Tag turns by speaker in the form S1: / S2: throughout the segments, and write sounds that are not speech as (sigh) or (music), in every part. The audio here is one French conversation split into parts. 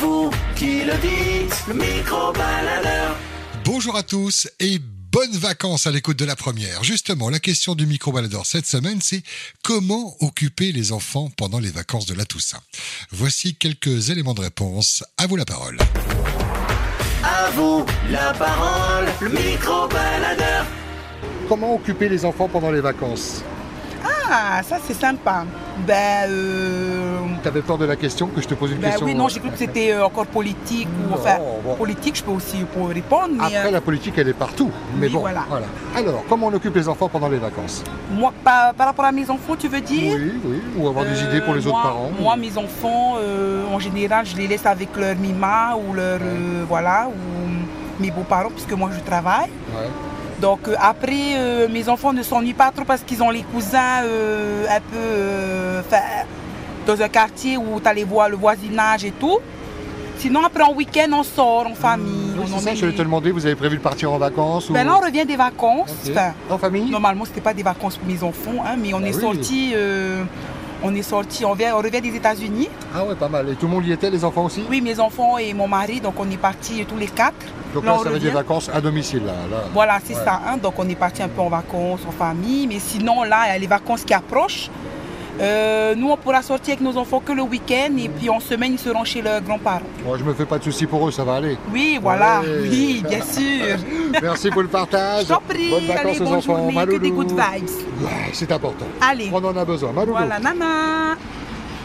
S1: vous qui le dites, le micro-baladeur.
S2: Bonjour à tous et bonnes vacances à l'écoute de la première. Justement, la question du micro-baladeur cette semaine, c'est comment occuper les enfants pendant les vacances de la Toussaint Voici quelques éléments de réponse. À vous la parole.
S1: À vous la parole, le micro-baladeur.
S2: Comment occuper les enfants pendant les vacances
S3: Ah, ça c'est sympa. Ben, euh,
S2: T'avais peur de la question que je te pose une
S3: ben
S2: question
S3: oui, non, j'ai cru que c'était euh, encore politique. Ou,
S2: Non,
S3: enfin,
S2: bon.
S3: politique, je peux aussi pour répondre, mais
S2: Après,
S3: euh,
S2: la politique, elle est partout. Mais
S3: oui,
S2: bon,
S3: voilà.
S2: Alors, comment on occupe les enfants pendant les vacances
S3: moi, par, par rapport à mes enfants, tu veux dire
S2: Oui, oui. Ou avoir des
S3: Euh,
S2: idées pour les
S3: moi-
S2: autres parents
S3: Moi, mes enfants, euh, en général, je les laisse avec leur mima ou leur. euh, voilà, ou mes beaux-parents, puisque moi je travaille.
S2: Ouais.
S3: Donc euh, après, euh, mes enfants ne s'ennuient pas trop parce qu'ils ont les cousins euh, un peu euh, 'fin, dans un quartier où tu as les voix, le voisinage et tout. Sinon après en week-end on sort en famille.
S2: Oui,
S3: on
S2: c'est
S3: emmène
S2: ça, je vais
S3: les-
S2: te demander, vous avez prévu de partir en vacances ou...
S3: Ben là on revient des vacances.
S2: Ok.
S3: 'Fin,
S2: En famille
S3: normalement c'était pas des vacances pour mes enfants, hein, mais on
S2: Bah
S3: est
S2: oui.
S3: sortis, euh, on est sortis, on, vient- on revient des États-Unis.
S2: Ah ouais, pas mal. Et tout le monde y était, les enfants aussi
S3: Oui, mes enfants et mon mari, donc on est partis tous les quatre.
S2: Donc
S3: Là,
S2: là,
S3: on
S2: ça va être des
S3: revient.
S2: vacances à domicile, là. là.
S3: Voilà, c'est
S2: Ouais.
S3: ça. hein. Donc on est parti un peu en vacances, en famille. Mais sinon, là, il y a les vacances qui approchent. Euh, nous, on pourra sortir avec nos enfants que le week-end et puis en semaine, ils seront chez leurs grands-parents.
S2: Moi, je me fais pas de soucis pour eux, ça va
S3: (laughs)
S2: aller.
S3: Oui, voilà,
S2: Ouais.
S3: oui,
S2: (laughs)
S3: bien sûr.
S2: Merci pour le
S3: Je
S2: partage.
S3: t'en prie,
S2: Bonnes vacances
S3: allez,
S2: aux
S3: bonne
S2: enfants.
S3: journée, que
S2: Maloulou.
S3: des good vibes.
S2: Ouais, c'est important.
S3: Allez,
S2: On en a besoin. Maloulou,
S3: voilà, nana.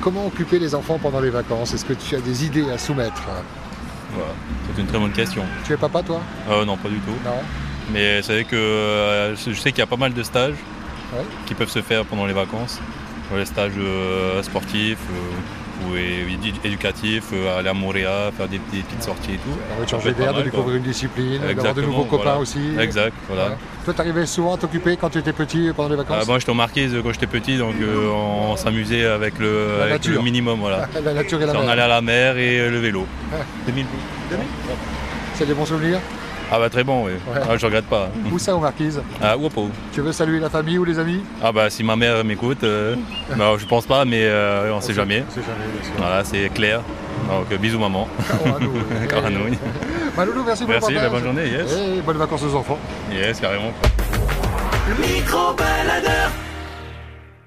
S2: comment occuper les enfants pendant les vacances Est-ce que tu as des idées à soumettre
S4: Voilà. C'est une très bonne question.
S2: Tu es papa, toi
S4: Euh, non, pas du tout.
S2: Non
S4: Mais c'est vrai que euh, je sais qu'il y a pas mal de stages
S2: Ouais.
S4: qui peuvent se faire pendant les vacances. Euh, Les stages euh, sportifs euh, ou é- édu- éducatifs, euh, aller à Montréal, faire des, des petites sorties et tout.
S2: On va te
S4: Ça
S2: changer
S4: peut être
S2: d'air,
S4: pas
S2: de
S4: mal,
S2: découvrir une discipline, d'avoir de
S4: Exactement,
S2: nouveaux copains
S4: voilà.
S2: aussi.
S4: Exact, voilà.
S2: Ouais. Toi, t'arrivais souvent à t'occuper quand tu étais petit pendant les
S4: Euh,
S2: vacances
S4: moi j'étais aux marquises quand j'étais petit, donc euh, on, on s'amusait avec, le,
S2: La
S4: avec
S2: nature.
S4: le minimum. Voilà.
S2: (laughs) La nature et la
S4: on
S2: mer. Ah.
S4: allait à la mer et euh, le vélo.
S2: Ouais.
S4: 2000
S2: C'est des bons souvenirs
S4: Ah bah très bon, oui.
S2: Ouais.
S4: Ah, je regrette pas.
S2: Où ça, aux marquises
S4: Ah, wopo.
S2: Tu veux saluer la famille ou les amis
S4: Ah bah si ma mère m'écoute, euh, (laughs) bah, je pense pas, mais euh, on sait jamais.
S2: C'est jamais,
S4: (laughs)
S2: bien sûr.
S4: Voilà, c'est clair. Donc euh, bisous (laughs) maman.
S2: Carano.
S4: Carano.
S2: Maloulou, euh, merci pour
S4: Merci,
S2: le Eh,
S4: bah,
S2: partage.
S4: bonne journée, yes.
S2: Et bonnes vacances aux enfants.
S4: Yes, carrément.
S1: Le micro-baladeur.